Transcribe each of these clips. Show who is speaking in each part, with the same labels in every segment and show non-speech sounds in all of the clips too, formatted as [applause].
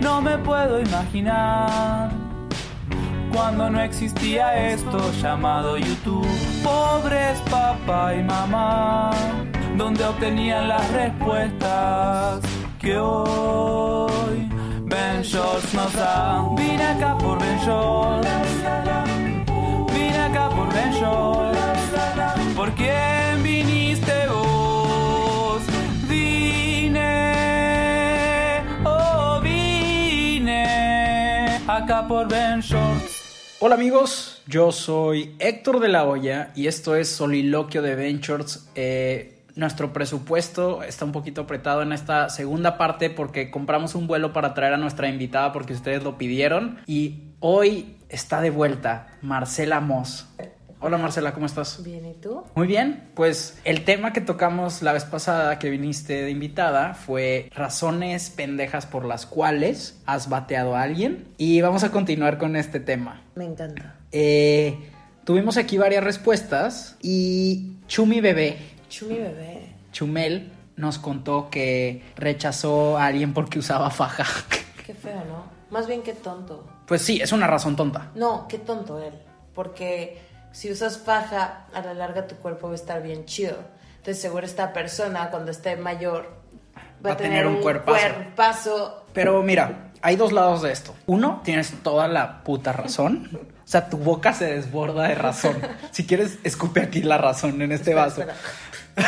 Speaker 1: No me puedo imaginar cuando no existía esto llamado YouTube. Pobres papá y mamá, donde obtenían las respuestas que hoy Ben Shorts nos da. Vine acá por Ben Shorts, vine acá por Ben Shorts. ¿Por quién viniste vos? Vine, oh, vine acá por Ben Shorts.
Speaker 2: Hola amigos, yo soy Héctor de la Hoya y esto es Soliloquio de Ventures. Eh, nuestro presupuesto está un poquito apretado en esta segunda parte porque compramos un vuelo para traer a nuestra invitada porque ustedes lo pidieron y hoy está de vuelta Marcela Moss. Hola Marcela, ¿cómo estás?
Speaker 3: Bien, ¿y tú?
Speaker 2: Muy bien, pues el tema que tocamos la vez pasada que viniste de invitada fue razones pendejas por las cuales has bateado a alguien y vamos a continuar con este tema.
Speaker 3: Me encanta.
Speaker 2: Eh, tuvimos aquí varias respuestas y Chumi Bebé,
Speaker 3: Chumi bebé.
Speaker 2: Chumel, nos contó que rechazó a alguien porque usaba faja. [laughs]
Speaker 3: Qué feo, ¿no? Más bien qué tonto.
Speaker 2: Pues sí, es una razón tonta.
Speaker 3: No, qué tonto él. Porque si usas faja, a la larga tu cuerpo va a estar bien chido. Entonces seguro esta persona cuando esté mayor va, a tener, un cuerpazo.
Speaker 2: Pero mira, hay dos lados de esto. Uno, tienes toda la puta razón. O sea, tu boca se desborda de
Speaker 3: [laughs]
Speaker 2: razón. Si quieres, escupe aquí la razón en este vaso.
Speaker 3: Espera.
Speaker 2: [laughs]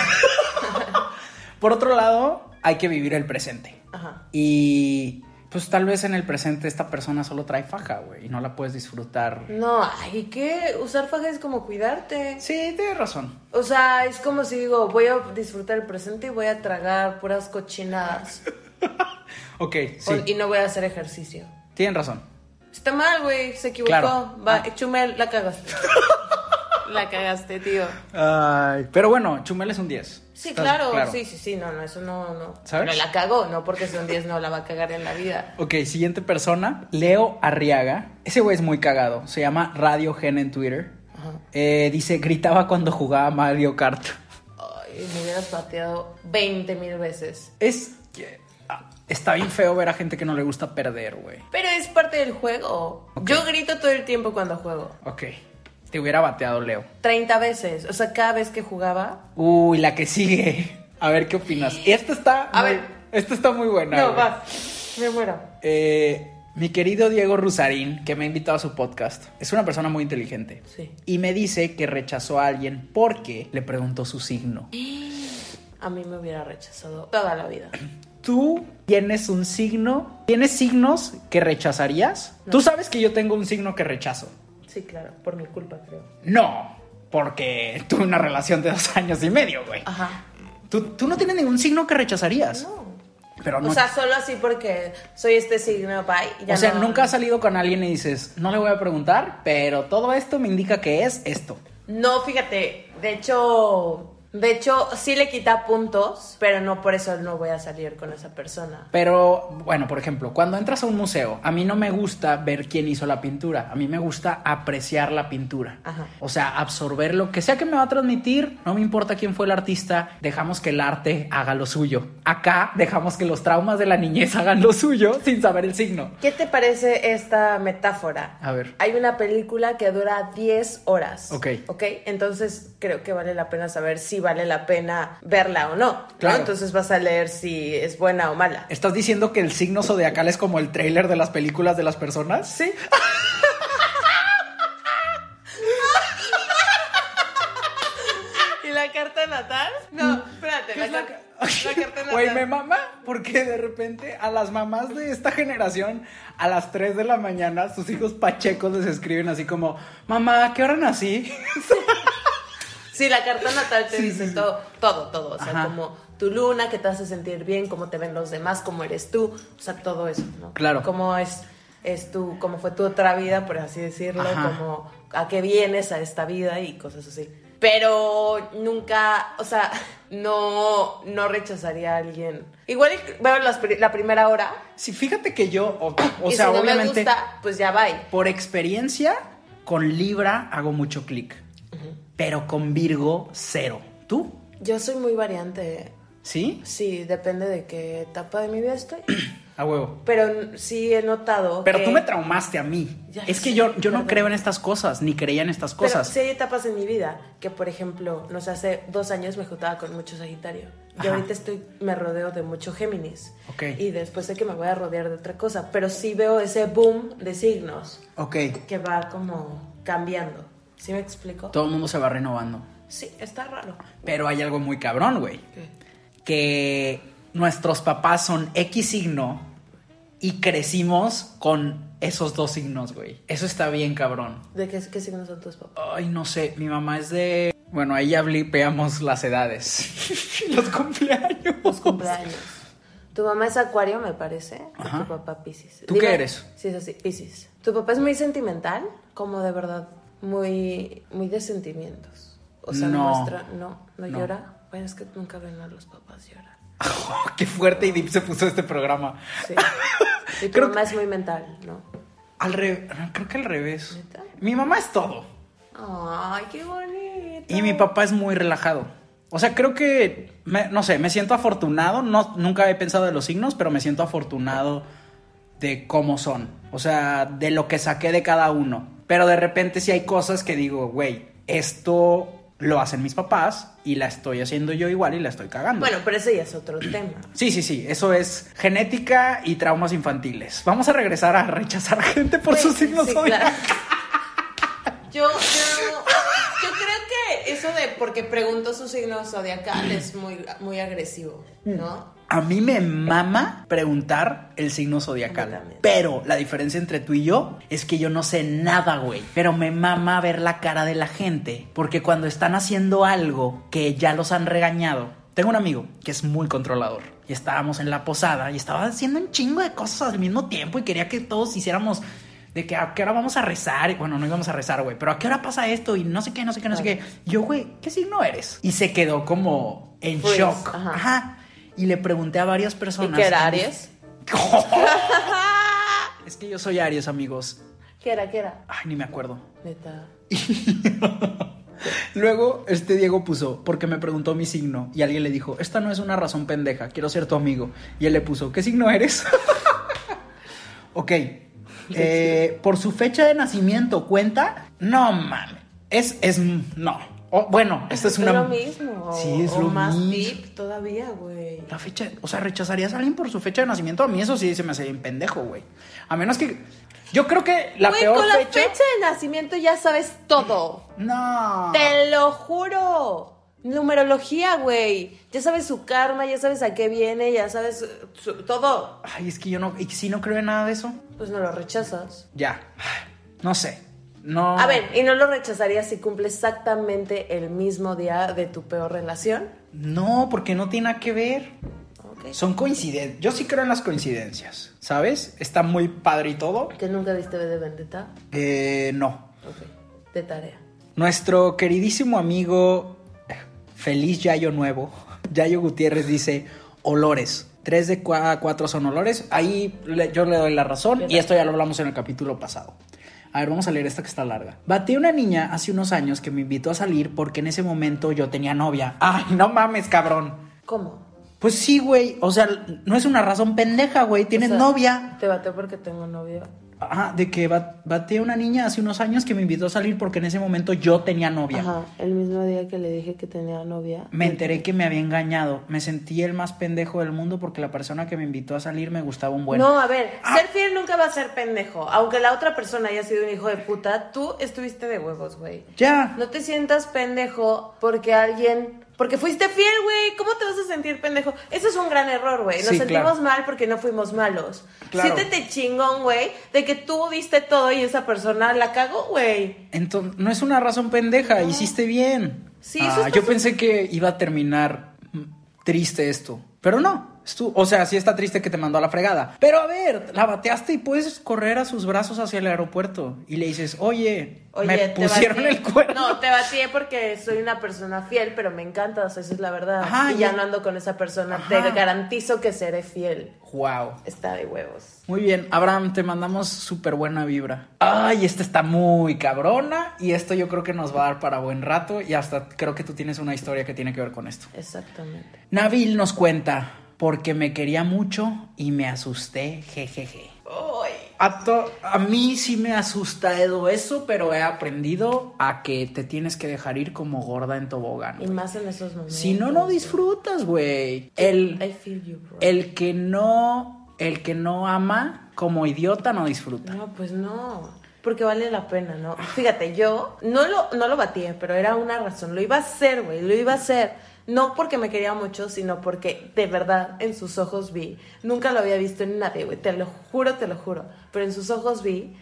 Speaker 2: Por otro lado, hay que vivir el presente.
Speaker 3: Ajá.
Speaker 2: Y pues tal vez en el presente esta persona solo trae faja, güey, y no la puedes disfrutar.
Speaker 3: No, ay, ¿qué? Usar faja es como cuidarte.
Speaker 2: Sí, tienes razón.
Speaker 3: O sea, es como si digo, voy a disfrutar el presente y voy a tragar puras cochinadas.
Speaker 2: Ok,
Speaker 3: O-
Speaker 2: sí,
Speaker 3: y no voy a hacer ejercicio.
Speaker 2: tienen razón.
Speaker 3: Está mal, güey. Se equivocó.
Speaker 2: Claro. Ah.
Speaker 3: Va, Chumel,
Speaker 2: [laughs]
Speaker 3: la cagaste. la cagaste, tío.
Speaker 2: Ay, pero bueno, Chumel es un 10.
Speaker 3: Sí,
Speaker 2: Estás-
Speaker 3: claro. Sí, sí, sí. No, no, eso no, no.
Speaker 2: ¿Sabes?
Speaker 3: No la cagó, no porque son 10 no la va a cagar en la vida.
Speaker 2: Ok, siguiente persona, Leo Arriaga. Ese güey es muy cagado. Se llama Radio Gen en Twitter. Eh, dice, gritaba cuando jugaba Mario Kart.
Speaker 3: Ay, me hubieras pateado 20 mil veces.
Speaker 2: Es que ah, está bien feo ver a gente que no le gusta perder, güey.
Speaker 3: Pero es parte del juego. Yo grito todo el tiempo cuando juego.
Speaker 2: Ok, te hubiera bateado Leo.
Speaker 3: 30 veces. O sea, cada vez que jugaba.
Speaker 2: Uy, la que sigue. A ver qué opinas. Esta está.
Speaker 3: A
Speaker 2: muy-
Speaker 3: ver.
Speaker 2: Esta está muy buena.
Speaker 3: No,
Speaker 2: güey.
Speaker 3: vas. Me muero.
Speaker 2: Eh, mi querido Diego Rusarín, que me ha invitado a su podcast, es una persona muy inteligente.
Speaker 3: Sí.
Speaker 2: Y me dice que rechazó a alguien porque le preguntó su signo.
Speaker 3: A mí me hubiera rechazado toda la vida.
Speaker 2: ¿Tú tienes un signo? ¿Tienes signos que rechazarías? Tú sabes que yo tengo un signo que rechazo.
Speaker 3: Sí, claro. Por mi culpa, creo.
Speaker 2: No, porque tuve una relación de dos años y medio, güey.
Speaker 3: Ajá.
Speaker 2: ¿Tú, tú no tienes ningún signo que rechazarías.
Speaker 3: No.
Speaker 2: Pero no.
Speaker 3: O sea, solo así porque soy este signo, bye. y ya
Speaker 2: o sea,
Speaker 3: no-
Speaker 2: nunca has salido con alguien y dices, no le voy a preguntar, pero todo esto me indica que es esto.
Speaker 3: No, fíjate, de hecho... De hecho, sí le quita puntos, pero no por eso no voy a salir con esa persona.
Speaker 2: Pero, bueno, por ejemplo, cuando entras a un museo, a mí no me gusta ver quién hizo la pintura, a mí me gusta apreciar la pintura.
Speaker 3: Ajá.
Speaker 2: O sea, absorber lo que sea que me va a transmitir, no me importa quién fue el artista, dejamos que el arte haga lo suyo. Acá dejamos que los traumas de la niñez [laughs] hagan lo suyo sin saber el signo.
Speaker 3: ¿Qué te parece esta metáfora?
Speaker 2: A ver.
Speaker 3: Hay una película que dura 10 horas.
Speaker 2: Ok.
Speaker 3: Ok, entonces creo que vale la pena saber si vale la pena verla o no. ¿no?
Speaker 2: Claro.
Speaker 3: Entonces vas a leer si es buena o mala.
Speaker 2: ¿Estás diciendo que el signo zodiacal es como el trailer de las películas de las personas? Sí.
Speaker 3: ¿Y la carta natal?
Speaker 2: Mm.
Speaker 3: No, espérate, la, car-
Speaker 2: [laughs]
Speaker 3: la carta natal.
Speaker 2: Güey, me mama porque de repente a las mamás de esta generación a las 3 de la mañana sus hijos pachecos les escriben así como, mamá, ¿qué hora nací? [laughs]
Speaker 3: Sí, la carta natal te dice todo, todo, todo. O sea,
Speaker 2: Ajá.
Speaker 3: como tu luna, que te hace sentir bien, cómo te ven los demás, cómo eres tú, o sea, todo eso, ¿no?
Speaker 2: Claro.
Speaker 3: Cómo es, es tu, cómo fue tu otra vida, por así decirlo,
Speaker 2: Ajá.
Speaker 3: como a qué vienes a esta vida y cosas así. Pero nunca, o sea, [laughs] no, no rechazaría a alguien. Igual y veo las pri- la primera hora.
Speaker 2: Sí, fíjate que yo, o, o
Speaker 3: y
Speaker 2: sea,
Speaker 3: si no
Speaker 2: obviamente,
Speaker 3: me gusta, pues ya bye.
Speaker 2: por experiencia, con Libra hago mucho clic. Pero con Virgo, cero. ¿Tú?
Speaker 3: Yo soy muy variante. ¿eh?
Speaker 2: ¿Sí?
Speaker 3: Sí, depende de qué etapa de mi vida estoy.
Speaker 2: A huevo.
Speaker 3: Pero n- sí he notado.
Speaker 2: Pero
Speaker 3: que-
Speaker 2: tú me traumaste a mí.
Speaker 3: Ya
Speaker 2: es que
Speaker 3: sé,
Speaker 2: yo, yo no
Speaker 3: perdón.
Speaker 2: creo en estas cosas, ni creía en estas
Speaker 3: Pero
Speaker 2: cosas.
Speaker 3: sí hay etapas en mi vida que, por ejemplo, no sé, hace dos años me juntaba con mucho Sagitario. Y
Speaker 2: Ajá.
Speaker 3: ahorita estoy, me rodeo de mucho Géminis.
Speaker 2: Ok.
Speaker 3: Y después sé que me voy a rodear de otra cosa. Pero sí veo ese boom de signos
Speaker 2: Ok.
Speaker 3: que va como cambiando. ¿Sí me explico?
Speaker 2: Todo el mundo se va renovando.
Speaker 3: sí, está raro.
Speaker 2: Pero hay algo muy cabrón, güey.
Speaker 3: ¿Qué?
Speaker 2: Que nuestros papás son X signo y crecimos con esos dos signos, güey. Eso está bien cabrón.
Speaker 3: ¿De qué, qué signos son tus papás?
Speaker 2: Ay, no sé, mi mamá es de... Bueno, ahí ya blipeamos las edades. [laughs] Los cumpleaños. [laughs]
Speaker 3: Los cumpleaños. Tu mamá es acuario, me parece. y
Speaker 2: Ajá.
Speaker 3: tu papá Pisces.
Speaker 2: ¿Tú qué eres?
Speaker 3: Sí, es así, Pisces. Tu papá es muy sentimental, como de verdad, muy, muy de sentimientos. O sea,
Speaker 2: No.
Speaker 3: muestra, no, no,
Speaker 2: No.
Speaker 3: llora. Bueno, es que nunca ven a los papás llorar.
Speaker 2: Qué fuerte y deep se puso este programa.
Speaker 3: Sí.
Speaker 2: [laughs]
Speaker 3: Y tu
Speaker 2: Creo
Speaker 3: mamá es muy mental, ¿no?
Speaker 2: Al revés, creo que al revés.
Speaker 3: ¿Neta?
Speaker 2: Mi mamá es todo.
Speaker 3: Ay, qué bonito.
Speaker 2: Y mi papá es muy relajado. O sea, creo que, me- no sé, me siento afortunado. No, nunca he pensado de los signos, pero me siento afortunado de cómo son. O sea, de lo que saqué de cada uno. Pero de repente sí hay cosas que digo, güey, esto lo hacen mis papás y la estoy haciendo yo igual y la estoy cagando.
Speaker 3: Bueno, pero ese ya es otro tema.
Speaker 2: Sí, sí, sí, eso es genética y traumas infantiles. Vamos a regresar a rechazar [laughs] gente por
Speaker 3: Güey,
Speaker 2: sus signos
Speaker 3: Pues, sí,
Speaker 2: zodiacales. [laughs]
Speaker 3: claro. Yo, yo, yo creo que eso de porque pregunto su signo zodiacal es muy, muy agresivo,
Speaker 2: Mm.
Speaker 3: ¿no?
Speaker 2: A mí me mama preguntar el signo
Speaker 3: A mí
Speaker 2: zodiacal.
Speaker 3: también.
Speaker 2: Pero la diferencia entre tú y yo es que yo no sé nada, güey. Pero me mama ver la cara de la gente. Porque cuando están haciendo algo que ya los han regañado. Tengo un amigo que es muy controlador. Y estábamos en la posada y estaba haciendo un chingo de cosas al mismo tiempo y quería que todos hiciéramos de que a qué hora vamos a rezar. Y Bueno, no íbamos a rezar, güey. Pero a qué hora pasa esto y no sé qué, no sé qué, no sé qué.
Speaker 3: Claro.
Speaker 2: Yo, güey, ¿qué signo eres? Y se quedó como en
Speaker 3: Pues,
Speaker 2: shock.
Speaker 3: ajá.
Speaker 2: ajá. Ah, y le pregunté a varias
Speaker 3: ¿Y
Speaker 2: personas.
Speaker 3: qué era Aries?
Speaker 2: [laughs] Es que yo soy Aries, amigos.
Speaker 3: ¿Qué era, qué era?
Speaker 2: Ay, ni me acuerdo.
Speaker 3: Neta.
Speaker 2: Luego, este Diego puso, porque me preguntó mi signo. Y alguien le dijo, esta no es una razón pendeja, quiero ser tu amigo. Y él le puso, ¿qué signo eres? [laughs] ok. eh, por su fecha de nacimiento, ¿cuenta? No, mames. Es, es, no. O, bueno, esta es una...
Speaker 3: lo mismo.
Speaker 2: Sí, es
Speaker 3: o
Speaker 2: lo
Speaker 3: más
Speaker 2: mismo.
Speaker 3: deep todavía, güey.
Speaker 2: La fecha, o sea, ¿rechazarías a alguien por su fecha de nacimiento? A mí eso sí se me hace bien pendejo, güey. A menos que. Yo creo que la
Speaker 3: Güey,
Speaker 2: peor
Speaker 3: con la
Speaker 2: fecha.
Speaker 3: fecha de nacimiento ya sabes todo.
Speaker 2: No.
Speaker 3: Te lo juro. Numerología, güey. Ya sabes su karma, ya sabes a qué viene, ya sabes eh, su- todo.
Speaker 2: Ay, es que yo no. Y si no creo en nada de eso.
Speaker 3: Pues no lo rechazas.
Speaker 2: Ya. No sé. No.
Speaker 3: A ver, ¿y no lo rechazarías si cumple exactamente el mismo día de tu peor relación?
Speaker 2: No, porque no tiene nada que ver.
Speaker 3: Ok.
Speaker 2: Son coincidencias. Yo sí creo en las coincidencias. ¿Sabes? Está muy padre y todo.
Speaker 3: ¿Que nunca viste B de Vendetta?
Speaker 2: Eh, no.
Speaker 3: Ok. De tarea.
Speaker 2: Nuestro queridísimo amigo Feliz Yayo Nuevo, Yayo Gutiérrez dice olores. Tres de cua- cuatro son olores. Ahí le- yo le doy la razón y esto ya lo hablamos en el capítulo pasado. A ver, vamos a leer esta que está larga. Batí una niña hace unos años que me invitó a salir porque en ese momento yo tenía novia. Ay, no mames, cabrón.
Speaker 3: ¿Cómo?
Speaker 2: Pues sí, güey. O sea, no es una razón pendeja, güey. Tienes
Speaker 3: O sea,
Speaker 2: novia.
Speaker 3: Te bateo porque tengo novio.
Speaker 2: Ah, de que bat- batí a una niña hace unos años que me invitó a salir porque en ese momento yo tenía novia.
Speaker 3: Ajá. El mismo día que le dije que tenía novia.
Speaker 2: Me enteré que me había engañado. Me sentí el más pendejo del mundo porque la persona que me invitó a salir me gustaba un buen.
Speaker 3: No, a ver,
Speaker 2: Ah.
Speaker 3: ser fiel nunca va a ser pendejo. Aunque la otra persona haya sido un hijo de puta, tú estuviste de huevos, güey.
Speaker 2: Ya.
Speaker 3: No te sientas pendejo porque alguien. Porque fuiste fiel, güey. ¿Cómo te vas a sentir pendejo? Eso es un gran error, güey. Nos
Speaker 2: Sí,
Speaker 3: sentimos
Speaker 2: claro.
Speaker 3: mal porque no fuimos malos.
Speaker 2: Claro.
Speaker 3: Siéntete chingón, güey, de que tú diste todo y esa persona la cagó, güey.
Speaker 2: Entonces, no es una razón pendeja. Hiciste bien.
Speaker 3: Sí,
Speaker 2: Ah,
Speaker 3: eso está
Speaker 2: yo
Speaker 3: su-
Speaker 2: pensé que iba a terminar mm, triste esto. Pero no, estu- o sea, sí está triste que te mandó a la fregada. Pero a ver, la bateaste y puedes correr a sus brazos hacia el aeropuerto y le dices, oye,
Speaker 3: Oye,
Speaker 2: me
Speaker 3: te
Speaker 2: pusieron
Speaker 3: batié.
Speaker 2: el cuerno.
Speaker 3: No, te batié porque soy una persona fiel, pero me encanta, o sea, esa es la verdad.
Speaker 2: Ajá,
Speaker 3: y ya
Speaker 2: y-
Speaker 3: no ando con esa persona,
Speaker 2: Ajá.
Speaker 3: te garantizo que seré fiel.
Speaker 2: Wow.
Speaker 3: Está de huevos.
Speaker 2: Muy bien, Abraham, te mandamos súper buena vibra. Ay, esta está muy cabrona y esto yo creo que nos va a dar para buen rato y hasta creo que tú tienes una historia que tiene que ver con esto.
Speaker 3: Exactamente.
Speaker 2: Nabil nos cuenta, porque me quería mucho y me asusté, jejeje.
Speaker 3: Ay.
Speaker 2: A, to- a mí sí me asusta Edo, eso, pero he aprendido a que te tienes que dejar ir como gorda en tobogán.
Speaker 3: Y
Speaker 2: güey.
Speaker 3: más en esos momentos.
Speaker 2: Si no, no disfrutas, güey. El,
Speaker 3: I feel you, bro.
Speaker 2: el que no, el que no ama como idiota no disfruta.
Speaker 3: No, pues no. Porque vale la pena, ¿no? Fíjate, yo no lo, no lo batía, pero era una razón. Lo iba a hacer, güey. Lo iba a hacer. No porque me quería mucho, sino porque de verdad en sus ojos vi. Nunca lo había visto en nadie, güey. Te lo juro, te lo juro. Pero en sus ojos vi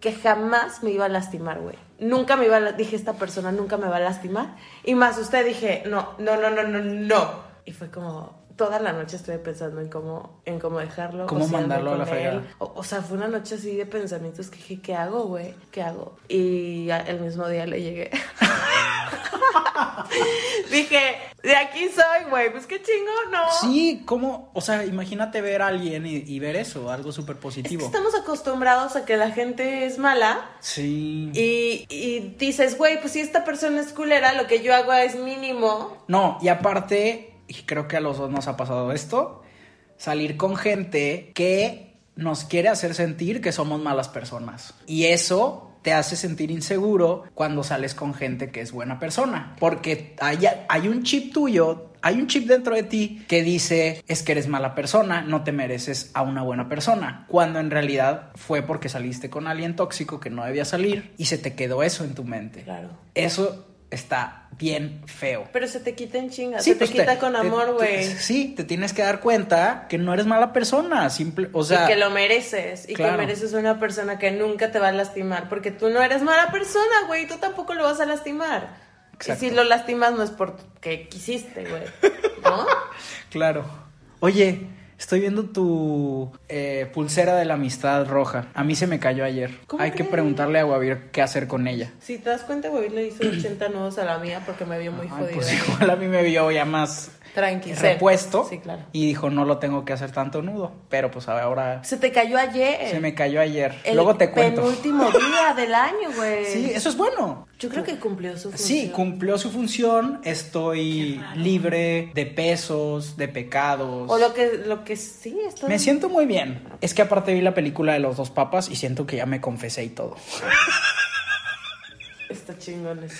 Speaker 3: que jamás me iba a lastimar, güey. Nunca me iba a... la- Dije, esta persona nunca me va a lastimar. Y más usted dije, no, no, no, no, no, no. Y fue como... Toda la noche estuve pensando en cómo, en cómo dejarlo.
Speaker 2: ¿Cómo
Speaker 3: o si andar
Speaker 2: mandarlo a la
Speaker 3: con él,
Speaker 2: fregada?
Speaker 3: o, o sea, fue una noche así de pensamientos que dije, ¿qué hago, güey? ¿Qué hago? Y a- el mismo día le llegué. [laughs] dije, de aquí soy, güey. Pues qué chingo, ¿no?
Speaker 2: Sí, como, o sea, imagínate ver a alguien y, y ver eso, algo súper
Speaker 3: Es que
Speaker 2: positivo.
Speaker 3: estamos acostumbrados a que la gente es mala
Speaker 2: Sí.
Speaker 3: y, y dices, güey, pues si esta persona es culera, lo que yo hago es mínimo.
Speaker 2: No, y aparte, y creo que a los dos nos ha pasado esto, salir con gente que nos quiere hacer sentir que somos malas personas. Y eso te hace sentir inseguro cuando sales con gente que es buena persona. Porque hay, hay un chip tuyo, hay un chip dentro de ti que dice es que eres mala persona, no te mereces a una buena persona. Cuando en realidad fue porque saliste con alguien tóxico que no debía salir y se te quedó eso en tu mente.
Speaker 3: Claro.
Speaker 2: Eso está bien feo.
Speaker 3: Pero se te quita en chinga,
Speaker 2: Sí,
Speaker 3: se te
Speaker 2: pues
Speaker 3: quita con amor,
Speaker 2: te-
Speaker 3: güey.
Speaker 2: Sí, te tienes que dar cuenta que no eres mala persona, simple, o sea,
Speaker 3: y que lo mereces. Y
Speaker 2: claro.
Speaker 3: que mereces una persona que nunca te va a lastimar. Porque tú no eres mala persona, güey. Tú tampoco lo vas a lastimar.
Speaker 2: Exacto.
Speaker 3: Y si lo lastimas no es porque quisiste, güey.
Speaker 2: [laughs]
Speaker 3: ¿No?
Speaker 2: claro. Oye, estoy viendo tu eh, pulsera de la amistad roja. A mí se me cayó ayer.
Speaker 3: ¿Cómo
Speaker 2: Hay que
Speaker 3: crees?
Speaker 2: preguntarle a Guavir qué hacer con ella.
Speaker 3: si te das cuenta, güey, le hice 80 nudos a la mía porque me vio muy
Speaker 2: Ay,
Speaker 3: jodida.
Speaker 2: pues igual a mí me vio ya más
Speaker 3: Tranqui, zen.
Speaker 2: repuesto
Speaker 3: Sí, claro.
Speaker 2: y dijo no lo tengo que hacer tanto nudo, pero pues ahora
Speaker 3: Se te cayó ayer.
Speaker 2: se me cayó ayer.
Speaker 3: El
Speaker 2: Luego te cuento. [laughs]
Speaker 3: penúltimo día del año, güey.
Speaker 2: Sí, eso es bueno.
Speaker 3: Yo creo que cumplió su función.
Speaker 2: Sí, cumplió su función, estoy libre de pesos, de pecados.
Speaker 3: O lo que, lo que sí, está
Speaker 2: Me siento muy bien. Es que aparte vi la película de los dos papas y siento que ya me confesé y todo.
Speaker 3: Está chingón eso.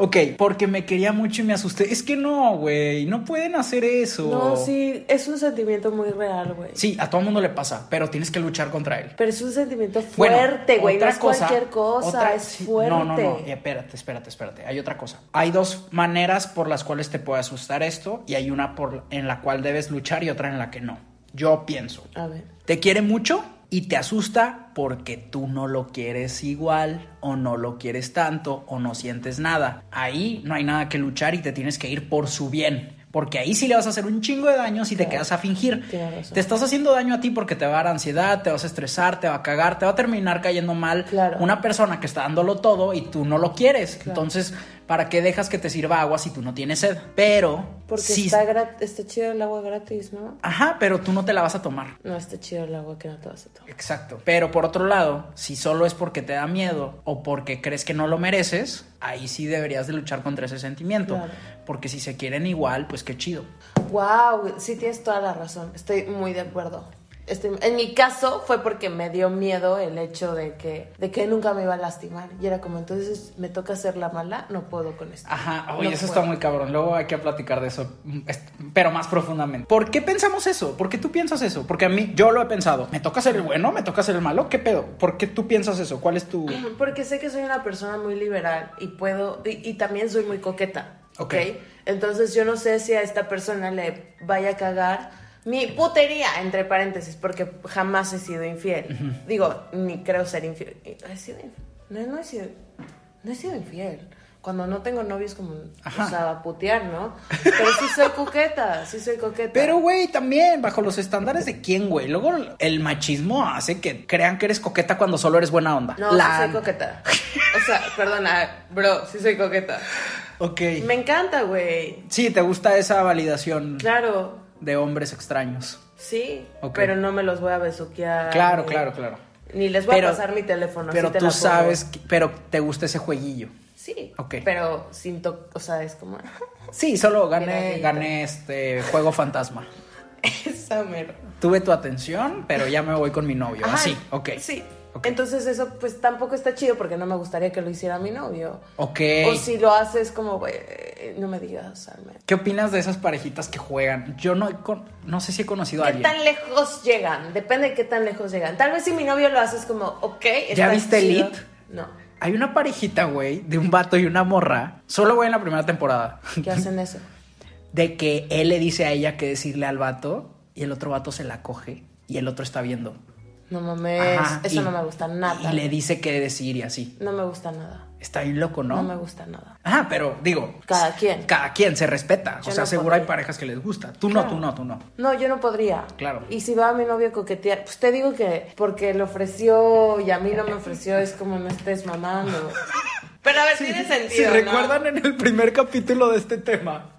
Speaker 2: Ok, porque me quería mucho y me asusté. Es que no, güey, no pueden hacer eso.
Speaker 3: No, sí, es un sentimiento muy real, güey.
Speaker 2: Sí, a todo mundo le pasa, pero tienes que luchar contra él.
Speaker 3: Pero es un sentimiento
Speaker 2: Bueno,
Speaker 3: fuerte, güey.
Speaker 2: otra
Speaker 3: no es cualquier cosa,
Speaker 2: otra-
Speaker 3: es
Speaker 2: sí,
Speaker 3: fuerte.
Speaker 2: No, no, no. eh, y Espérate, espérate, espérate. Hay otra cosa. Hay dos maneras por las cuales te puede asustar esto y hay una por, en la cual debes luchar y otra en la que no. Yo pienso.
Speaker 3: A ver.
Speaker 2: Te quiere mucho y te asusta porque tú no lo quieres igual o no lo quieres tanto o no sientes nada. Ahí no hay nada que luchar y te tienes que ir por su bien. Porque ahí sí le vas a hacer un chingo de daño si te quedas a fingir.
Speaker 3: Tienes razón.
Speaker 2: Te estás haciendo daño a ti porque te va a dar ansiedad, te vas a estresar, te va a cagar, te va a terminar cayendo mal
Speaker 3: Claro.
Speaker 2: una persona que está dándolo todo y tú no lo quieres. Entonces, ¿para qué dejas que te sirva agua si tú no tienes sed? Pero
Speaker 3: Porque
Speaker 2: sí-
Speaker 3: está, gra- está chido el agua gratis, ¿no?
Speaker 2: Ajá, pero tú no te la vas a tomar.
Speaker 3: No, está chido el agua que no te vas a tomar.
Speaker 2: Exacto. Pero por otro lado, si solo es porque te da miedo o porque crees que no lo mereces, ahí sí deberías de luchar contra ese sentimiento.
Speaker 3: Claro.
Speaker 2: Porque si se quieren igual, pues qué chido.
Speaker 3: Wow, sí tienes toda la razón. Estoy muy de acuerdo. Estoy- en mi caso fue porque me dio miedo el hecho de que, de que nunca me iba a lastimar. Y era como, entonces me toca hacer la mala, no puedo con esto.
Speaker 2: Ajá, oye,
Speaker 3: No
Speaker 2: eso
Speaker 3: puedo.
Speaker 2: está muy cabrón. Luego hay que platicar de eso, mm, es- pero más profundamente. ¿Por qué pensamos eso? ¿Por qué tú piensas eso? Porque a mí, yo lo he pensado. ¿Me toca ser el bueno? ¿Me toca ser el malo? ¿Qué pedo? ¿Por qué tú piensas eso? ¿Cuál es tu...?
Speaker 3: [clears throat] Porque sé que soy una persona muy liberal y puedo, y, y también soy muy coqueta.
Speaker 2: Ok.
Speaker 3: Ok. Entonces yo no sé si a esta persona le vaya a cagar mi putería, entre paréntesis, porque jamás he sido infiel. Digo, ni creo ser infiel. He sido infiel. No, no he sido, no he sido infiel. cuando no tengo novios como,
Speaker 2: Ajá.
Speaker 3: o sea, a putear, ¿no? Pero sí soy coqueta, sí soy coqueta.
Speaker 2: Pero, güey, también, bajo los estándares de quién, güey. Luego el machismo hace que crean que eres coqueta cuando solo eres buena onda.
Speaker 3: No, sí soy coqueta. O sea, perdona, bro, sí soy coqueta.
Speaker 2: Ok.
Speaker 3: Me encanta, güey.
Speaker 2: Sí, te gusta esa validación
Speaker 3: Claro,
Speaker 2: de hombres extraños.
Speaker 3: sí,
Speaker 2: Ok.
Speaker 3: pero no me los voy a besuquear.
Speaker 2: Claro,
Speaker 3: ni-
Speaker 2: claro, claro.
Speaker 3: Ni les voy
Speaker 2: Pero-
Speaker 3: a pasar mi teléfono.
Speaker 2: Pero
Speaker 3: así te
Speaker 2: tú
Speaker 3: la pongo.
Speaker 2: sabes, que- pero te gusta ese jueguillo.
Speaker 3: Sí,
Speaker 2: Ok.
Speaker 3: pero sin to... O sea, es como... [laughs]
Speaker 2: Sí, solo gané,
Speaker 3: Miradito.
Speaker 2: gané este juego fantasma.
Speaker 3: Esa mero.
Speaker 2: Tuve tu atención, pero ya me voy con mi novio.
Speaker 3: Ajá,
Speaker 2: Así, ah, ok.
Speaker 3: Sí.
Speaker 2: Ok.
Speaker 3: Entonces eso pues tampoco está chido porque no me gustaría que lo hiciera mi novio.
Speaker 2: Ok.
Speaker 3: O si lo haces como, güey, no me digas, Armen.
Speaker 2: ¿Qué opinas de esas parejitas que juegan? Yo no, he con- no sé si he conocido a
Speaker 3: ¿Qué
Speaker 2: alguien.
Speaker 3: tan lejos llegan? Depende de qué tan lejos llegan. Tal vez si mi novio lo haces como, ok, está
Speaker 2: viste
Speaker 3: chido.
Speaker 2: Elite?
Speaker 3: No.
Speaker 2: Hay una parejita, güey, de un vato y una morra. Solo, güey, en la primera temporada.
Speaker 3: ¿Qué hacen eso?
Speaker 2: De que él le dice a ella que decirle al vato y el otro vato se la coge y el otro está viendo.
Speaker 3: No mames,
Speaker 2: Ajá,
Speaker 3: eso
Speaker 2: y-
Speaker 3: no me gusta nada.
Speaker 2: Y le dice qué decir y así.
Speaker 3: No me gusta nada.
Speaker 2: Está bien loco, ¿no?
Speaker 3: No me gusta nada.
Speaker 2: Ajá, pero digo.
Speaker 3: Cada quien.
Speaker 2: Cada quien se respeta.
Speaker 3: Yo
Speaker 2: o sea,
Speaker 3: no
Speaker 2: seguro
Speaker 3: podría.
Speaker 2: hay parejas que les gusta. Tú
Speaker 3: Claro.
Speaker 2: no, tú no, tú no.
Speaker 3: No, yo no podría.
Speaker 2: Claro.
Speaker 3: Y si va a mi novio a coquetear, pues te digo que porque le ofreció y a mí no me ofreció, es como no
Speaker 2: [laughs]
Speaker 3: estés mamando. Pero a ver, tiene
Speaker 2: Si
Speaker 3: sentido. ¿no?
Speaker 2: recuerdan en el primer capítulo de este tema,